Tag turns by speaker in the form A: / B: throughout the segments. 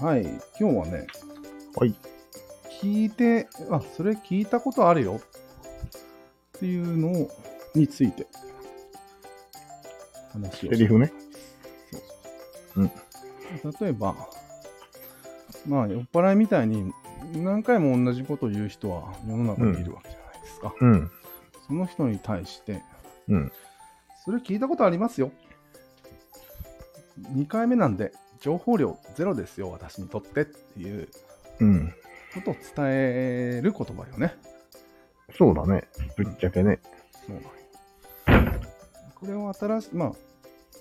A: はい、今日はね、
B: はい。
A: 聞いて、あ、それ聞いたことあるよっていうのについて話を
B: セリフね。
A: 例えば、まあ、酔っ払いみたいに何回も同じことを言う人は世の中にいるわけじゃないですか。
B: うん。
A: その人に対して、
B: うん。
A: それ聞いたことありますよ。2回目なんで、情報量ゼロですよ、私にとってっていう
B: うん。
A: ことを伝える言葉よね。
B: そうだね。ぶっちゃけね。
A: そうなんよこれを新しい、ま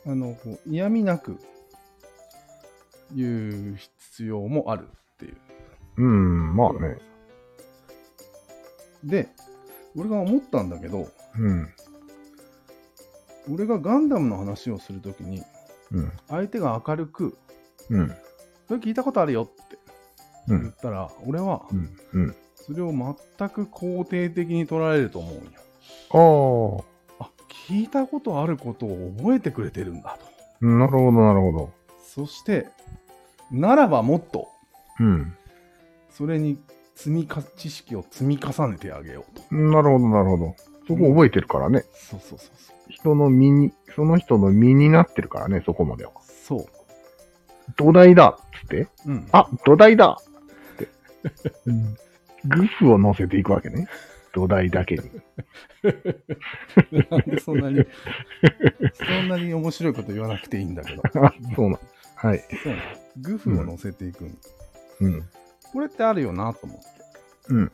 A: あ、あの、こう嫌味なく言う必要もあるっていう。
B: うん。まあね。
A: で、俺が思ったんだけど、
B: うん。
A: 俺がガンダムの話をするときに、
B: うん。
A: 相手が明るく、
B: うん。
A: それ聞いたことあるよって
B: う
A: 言っ
B: ん。
A: たら、俺は
B: うん。うん。
A: それを全く肯定的に取られると思うんよ。
B: ああ。
A: あ、聞いたことあることを覚えてくれてるんだと。
B: なるほど、なるほど。
A: そして、ならばもっと、
B: うん。
A: それに積みか知識を積み重ねてあげようと。
B: なるほど、なるほど。そこ覚えてるからね。
A: そうそうそうそう。
B: 人の身に、その人の身になってるからね、そこまでは。
A: そ
B: 土台だっつって。
A: う。うん。
B: あ、土台だって。 グフを乗せていくわけね。土台だけに。
A: なん でそんなに、そんなに面白いこと言わなくていいんだけど。
B: あ、そうなん。はい。
A: そうなのグフを乗せていくの、
B: うん。
A: これってあるよなと思って。
B: うん。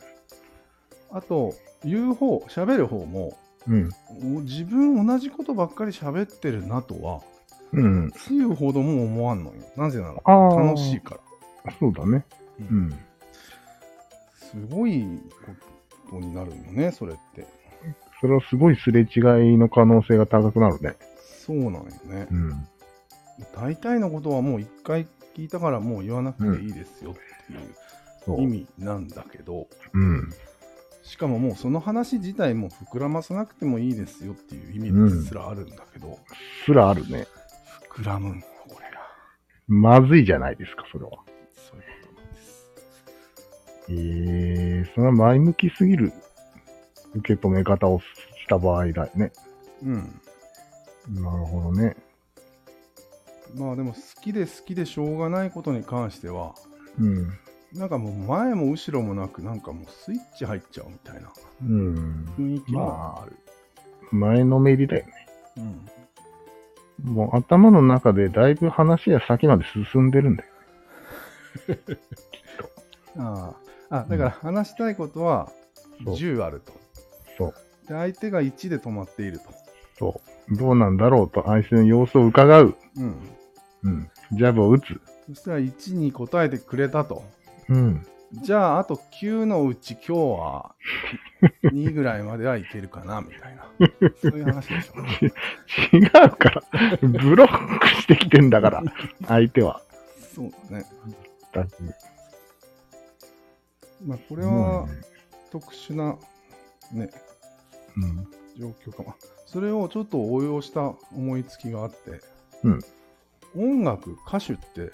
A: あと、言う方、喋る方も、
B: うん。
A: お自分同じことばっかり喋ってるなとは、
B: うん。
A: つゆほども思わんのよ。なぜなの
B: あー
A: 楽しいから。
B: そうだね。
A: う
B: うん。
A: すごいことになるよね、それって。
B: それはすごいすれ違いの可能性が高くなるね。
A: そうなんよね
B: う。ん。
A: 大体のことはもう一回聞いたからもう言わなくていいですよっていう
B: そう。
A: 意味なんだけど、
B: うん。
A: しかももうその話自体も膨らまさなくてもいいですよっていう意味ですらあるんだけど、
B: すらあるね。
A: 膨らむんよこれが
B: まずいじゃないですか、それは。
A: そういうことなんです
B: えー、それは前向きすぎる受け止め方をした場合だよね。
A: うん
B: なるほどね。
A: まあでも好きで好きでしょうがないことに関しては
B: うん。
A: なんかもう前も後ろもなくなんかもうスイッチ入っちゃうみたいな
B: うん。
A: 雰囲気もある、
B: 前のめりだよね。
A: うん、
B: もう頭の中でだいぶ話や先まで進んでるんだよ。
A: あああだから話したいことは
B: そう
A: 10あると
B: そう。
A: で相手が1で止まっていると、
B: そう。どうなんだろうと相手の様子を伺う。
A: うん、
B: うん。ジャブを打つ。
A: そしたら1に答えてくれたと
B: うん。
A: じゃあ、あと9のうち今日 は2ぐらいまではいけるかな、みたいな。そういう話でしょ、ね。
B: 違うから。ブロックしてきてん だから。相手は。
A: そうだね。
B: だって
A: まあ、これ
B: も
A: は
B: うね
A: 特殊な、ね、
B: うん。
A: 状況かも。それをちょっと応用した思いつきがあって、
B: うん
A: 音楽、歌手って、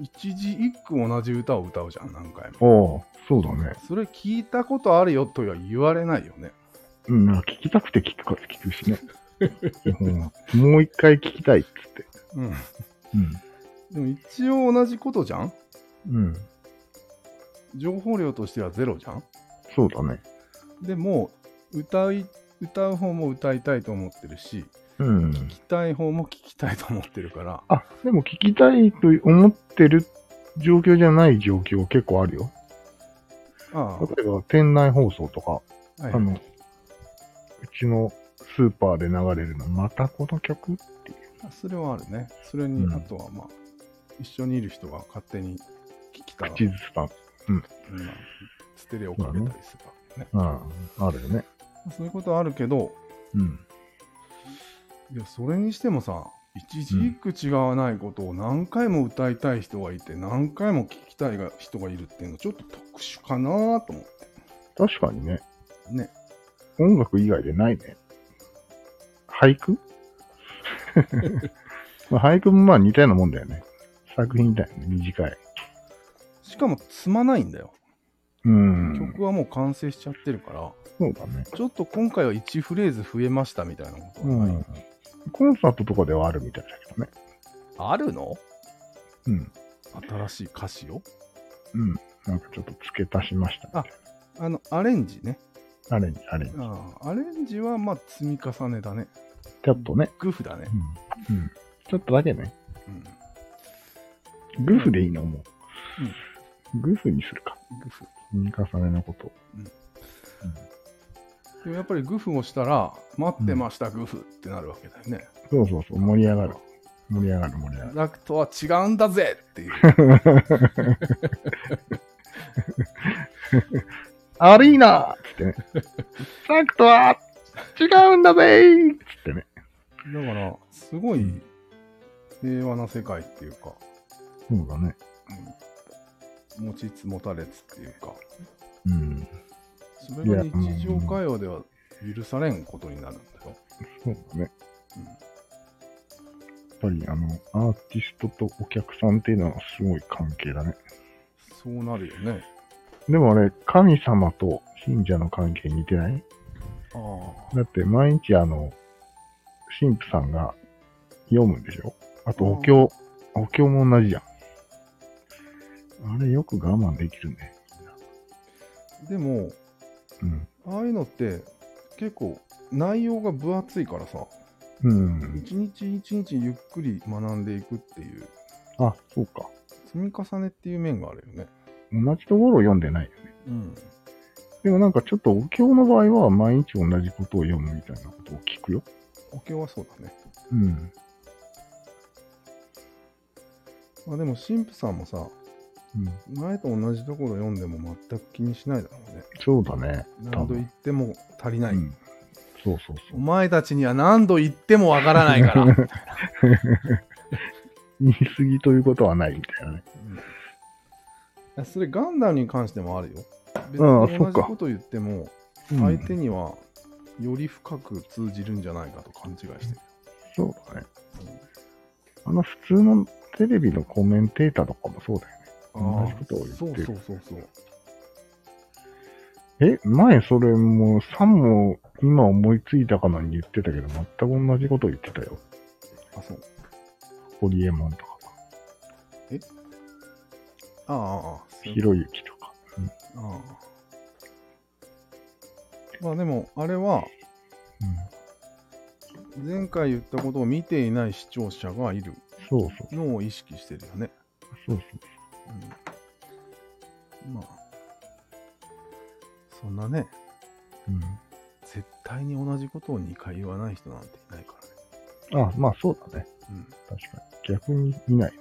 A: 一字一句同じ歌を歌うじゃん、何回も。
B: おおそうだね。
A: それ聞いたことあるよとは言われないよね。
B: うん、なんか聞きたくて聞くか聞くしね。基本はもう一回聞きたいっつって。
A: うん。
B: うん。
A: でも一応同じことじゃん
B: うん。
A: 情報量としてはゼロじゃん
B: そうだね。
A: でも歌い歌う方も歌いたいと思ってるし
B: うん
A: 聞。きたい方も聞きたいと思ってるから
B: あ、でも聞きたいと思ってる状況じゃない状況結構あるよ。
A: あ
B: 例えば、店内放送とか、
A: あ、はい
B: あの、うちのスーパーで流れるの、またこの曲
A: あそれはあるねそれに、
B: うん
A: あとはまあ一緒にいる人が勝手に聞きたら、
B: 口ずさん。
A: うんまあステレオかけたりするからね、
B: うん、あるよね。
A: そういうことはあるけど
B: うん。
A: いやそれにしてもさ一字一句違わないことを何回も歌いたい人がいて何回も聞きたいが人がいるっていうのはちょっと特殊かなと思って
B: 確かにね、
A: ね
B: 音楽以外でないね。 俳句まあ俳句もまあ似たようなもんだよね。作品だよね、短い。
A: しかも積まないんだよ、
B: うん。
A: 曲はもう完成しちゃってるから
B: そうだね。
A: ちょっと今回は1フレーズ増えましたみたいなことは
B: う
A: ない、
B: ん。コンサートとかではあるみたいだけどね。
A: あるの
B: うん。
A: 新しい歌詞を
B: うん。なんかちょっと付け足しました、ね。
A: あのアレンジね
B: あれに、あれに。
A: ああアレンジはまあ積み重ねだね
B: ちょっとね。
A: グフだね、
B: うん。うん。ちょっとだけね。
A: うん、
B: グフでいいのもう。グフにするか。
A: グフ
B: 積み重ねのこと。
A: でもやっぱりグフをしたら待ってました、グフってなるわけだよね
B: そうそうそう。盛り上がる。盛り上がる、盛り上がる。
A: ラクとは違うんだぜっていう
B: アリーナつってね。サクトは違うんだぜーつってね。
A: だからすごい平和な世界っていうか、
B: そうだね。
A: うん、持ちつ持たれつっていうか
B: うん。
A: それが
B: いやうん
A: 日常会話では許されんことになるんだよ、
B: そうだね。
A: うん
B: やっぱりあの、アーティストとお客さんっていうのはすごい関係だね。
A: そうなるよね
B: でもあれ、神様と信者の関係似てない
A: あ
B: だって毎日あの、神父さんが読むんでしょあとお経、お経も同じじゃん。あれよく我慢できるね。
A: あでも
B: うん。
A: ああいうのって結構内容が分厚いからさ
B: うん。
A: 一日一日ゆっくり学んでいくっていう
B: あ、そうか。
A: 積み重ねっていう面があるよね
B: 同じところを読んでないよね。
A: うん
B: でもなんかちょっとお経の場合は毎日同じことを読むみたいなことを聞くよ。
A: お経はそうだね
B: うん。
A: まあでも神父さんもさ
B: うん、
A: 前と同じところ読んでも全く気にしないだろうね
B: そうだね。多
A: 何度言
B: 分。
A: っても足りない、
B: うん。そうそうそ
A: お
B: う。
A: 前たちには何度言ってもわからないから、 うん
B: 言い過ぎということはないみたいなね。
A: いやそれガンダムに関してもあるよ別
B: ああ
A: に同
B: そっ
A: じ
B: か
A: こと言っても
B: うん
A: 相手にはより深く通じるんじゃないかと勘違いしてる、
B: そうだね。あの普通のテレビのコメンテーターとかもそうだよ
A: ああ
B: 同じことを言って
A: そう
B: る
A: そうそうそう
B: ね。え、前それも、さんも今思いついたかのように言ってたけど、全く同じこと言ってたよ。
A: あそう
B: ホリエモンとか、
A: ああああそう
B: ひろゆきとか。
A: ああまあでもあれは
B: うん。
A: 前回言ったことを見ていない視聴者がいる
B: そうそう。
A: のを意識してるよね。
B: そう
A: うん、まあ、そんなね、
B: そう。うん。
A: 絶対に同じことを2回言わない人なんていないか
B: あ、まあそうだね。
A: らね。
B: 確かに。逆にいないね。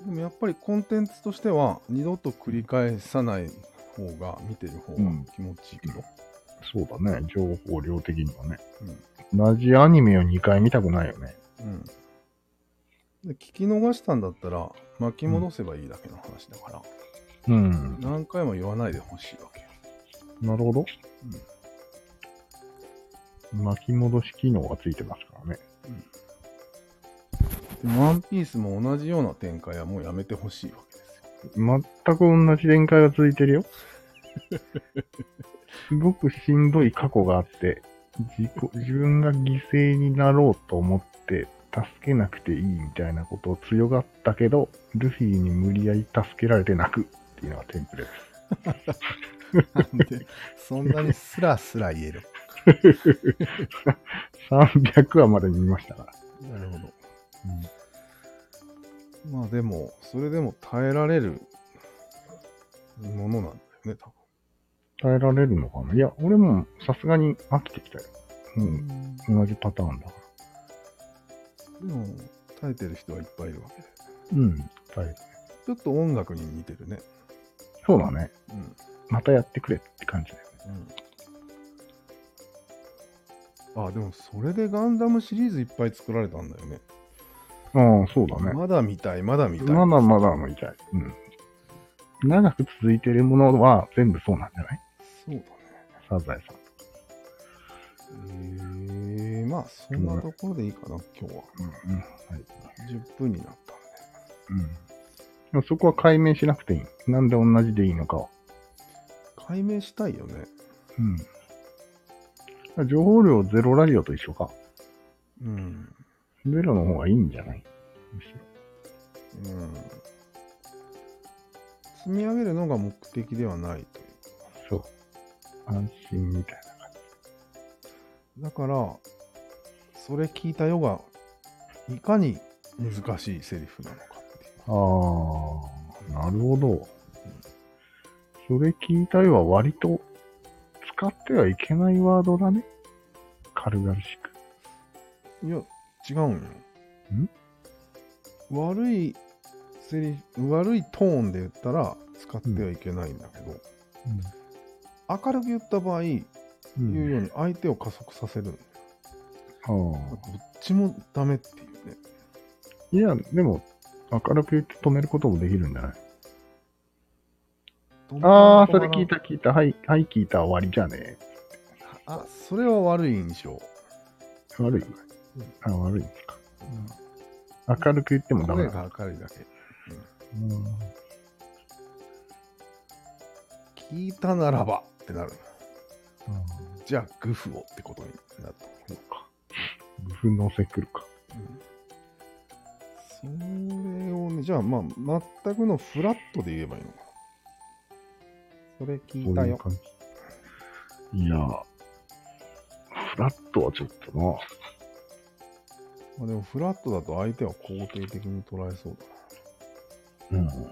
A: うん、でもやっぱりコンテンツとしては、二度と繰り返さない方が、見てる方が気持ちいいけど。
B: そうだね。情報量的にはね。
A: うん
B: 同じアニメを2回見たくないよね。
A: うんで聞き逃したんだったら巻き戻せばいいだけの話だから、
B: うん。
A: 何回も言わないでほしいわけよ
B: なるほど。巻き戻し機能がついてますからね。
A: でワンピースも同じような展開はもうやめてほしいわけですよ。
B: 全く同じ展開が続いてるよ。すごくしんどい過去があって、自己自分が犠牲になろうと思って、助けなくていいみたいなことを強がったけど、ルフィに無理やり助けられて泣くっていうのがテンプレです。
A: なん で、そんなにスラスラ言える。
B: 300話まで見ましたから。
A: なるほど。まあでも、それでも耐えられるものなんだよね、多
B: 耐えられるのかないや、俺もさすがに飽きてきたよ。うん、
A: 分。
B: 同じパターンだから。
A: でも、耐えてる人はいっぱいいるわけで。
B: うん、耐える。
A: ちょっと音楽に似てるね。
B: そうだね。
A: うん。
B: またやってくれって感じだよね。
A: あ、でもそれでガンダムシリーズいっぱい作られたんだよね。
B: ああ、そうだね。
A: まだ見たい、まだ見たい。
B: まだまだ見たい。うん。長く続いてるものは全部そうなんじゃない
A: そうだね。
B: サザエさんとか。
A: えー、まあ、そんなところでいいかな、今日は。
B: うんうん。はい。
A: 10分になったんで。
B: うん。でもそこは解明しなくていい。なんで同じでいいのかは。
A: 解明したいよね。
B: うん。情報量ゼロラジオと一緒か。
A: うん。
B: ゼロの方がいいんじゃないむしろ
A: うん。積み上げるのが目的ではないという。
B: そう。安心みたいな感
A: だから、それ聞いたよが、いかに難しいセリフなのかっていう。
B: じ。ああ、なるほど。それ聞いたよは割と使ってはいけないワードだね。軽々しく。
A: いや、違うんよ。悪いセリフ、悪いトーンで言ったら使ってはいけないんだけど、明るく言った場合、言
B: う
A: う
B: ん。うん。
A: ように相手を加速させるんだよ。
B: あ
A: どっ
B: あ。
A: ちもダメっていうね。
B: いや、でも、明るく言って止めることもできるんじゃないああ、それ聞いた。聞いた。はい、はい、聞いた。終わりじゃね
A: あ、それは悪い印象。
B: え。悪い。あ、悪いんですか。明るく言ってもダメ
A: 声
B: だな。
A: が明るいだけ。
B: うん
A: 聞いたならばってなる。じゃあ、グフをってことになると思う。
B: そうか。グフ乗せくるか。
A: それをね、じゃあまあ、全くのフラットで言えばいいのかな。それ聞い
B: そ
A: た
B: ういう
A: よ。
B: 感じ。いやー、フラットはちょっとな。
A: まあ、でもフラットだと相手は肯定的に捉えそう
B: うん。
A: だな。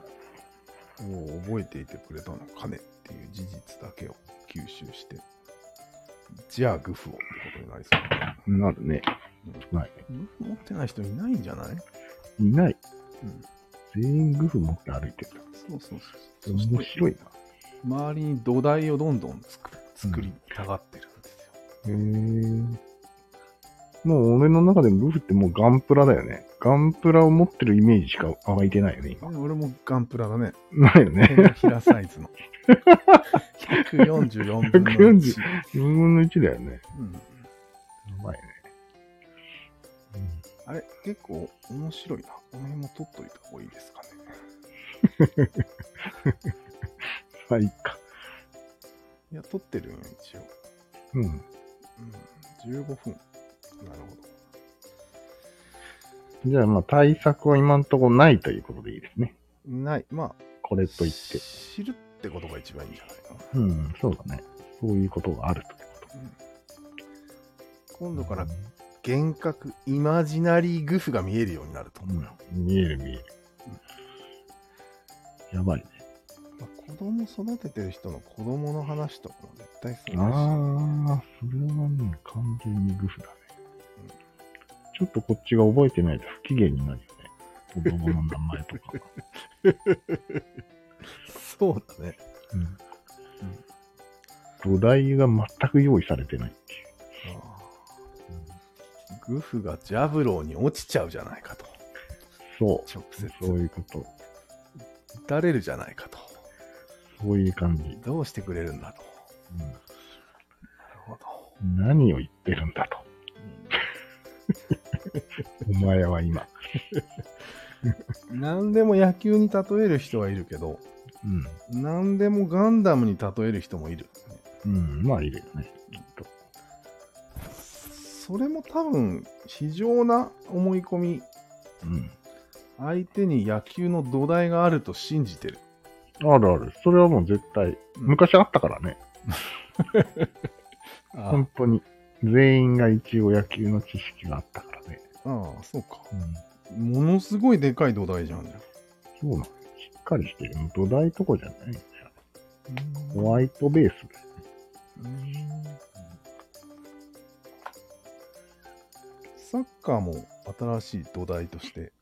A: おお、覚えていてくれたのかねっていう事実だけを吸収して。じゃあ、グフをってことになりそうだな。
B: なるね。ない。
A: グフ持ってない人いないんじゃない
B: いない。
A: うん
B: 全員グフ持って歩いてる。
A: そうそうそう。そし
B: 面
A: て、
B: 白いな。
A: 周りに土台をどんどん作る作りたがってるんですよ。
B: へえ。もう俺の中でもグフってもうガンプラだよね。ガンプラを持ってるイメージしか湧いてないよね、今。
A: 俺もガンプラだね。
B: ないよ
A: 手
B: ね。
A: のひらサイズ の。144分の1
B: 140。4分の1だよね。
A: うん、
B: やばいね。
A: あれ、結構面白いな。この辺も取っといた方がいいですかね。
B: まあ、いいか。
A: いや、取ってるよ、一応。
B: うん。
A: うん、15分。なるほど。
B: じゃあ、まあ、対策は今んとこないということでいいですね。
A: ない。まあ、
B: これと言って。
A: 知るってことが一番いいんじゃないかな。
B: うん、そうだね。そういうことがあるというこ
A: 今
B: と。
A: 度から幻覚、イマジナリーグフが見えるようになると思うよ。
B: うん、見える見える。やばいね。
A: まあ、子供育ててる人の子供の話とかも絶対するし。
B: ああ、それはね、完全にグフだね。ちょっとこっちが覚えてないと不機嫌になるよね。子供の名前とか。
A: そうだね。
B: うん、土台が全く用意されてないっていう。
A: グフがジャブローに落ちちゃうじゃないかと。
B: そう。
A: 直接。
B: そういうこと。
A: 打たれるじゃないかと。
B: そういう感じ。
A: どうしてくれるんだと。
B: うん
A: なるほど。
B: 何を言ってるんだと。 お前は今。
A: 何でも野球に例える人はいるけど、
B: うん。
A: 何でもガンダムに例える人もいる。
B: うん。まあ、いるよね。
A: それも多分、非常な思い込み。
B: うん。
A: 相手に野球の土台があると信じてる。
B: あるある。それはもう絶対。
A: うん
B: 昔あったからね。
A: あ
B: 本当に。全員が一応野球の知識があったからね。
A: ああ、そうか。
B: うん。
A: ものすごいでかい土台じゃん。じゃ
B: そうなの。しっかりしてる。土台とこじゃないんだよ。
A: あ
B: ホワイトベースだよ。
A: サッカーも新しい土台として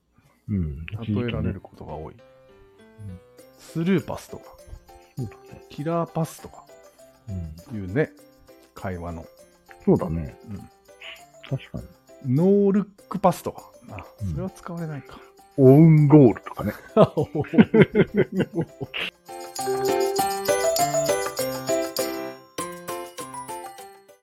B: うん。
A: 例えられることが多い。スルーパスとか、
B: 一時期ね。そうだね。
A: キラーパスとか
B: うん。
A: いうね、会話の。
B: そうだね。
A: うん
B: 確かに。
A: ノールックパスとか。あ
B: う ん、
A: それは使われないか。
B: オウンゴールとかね。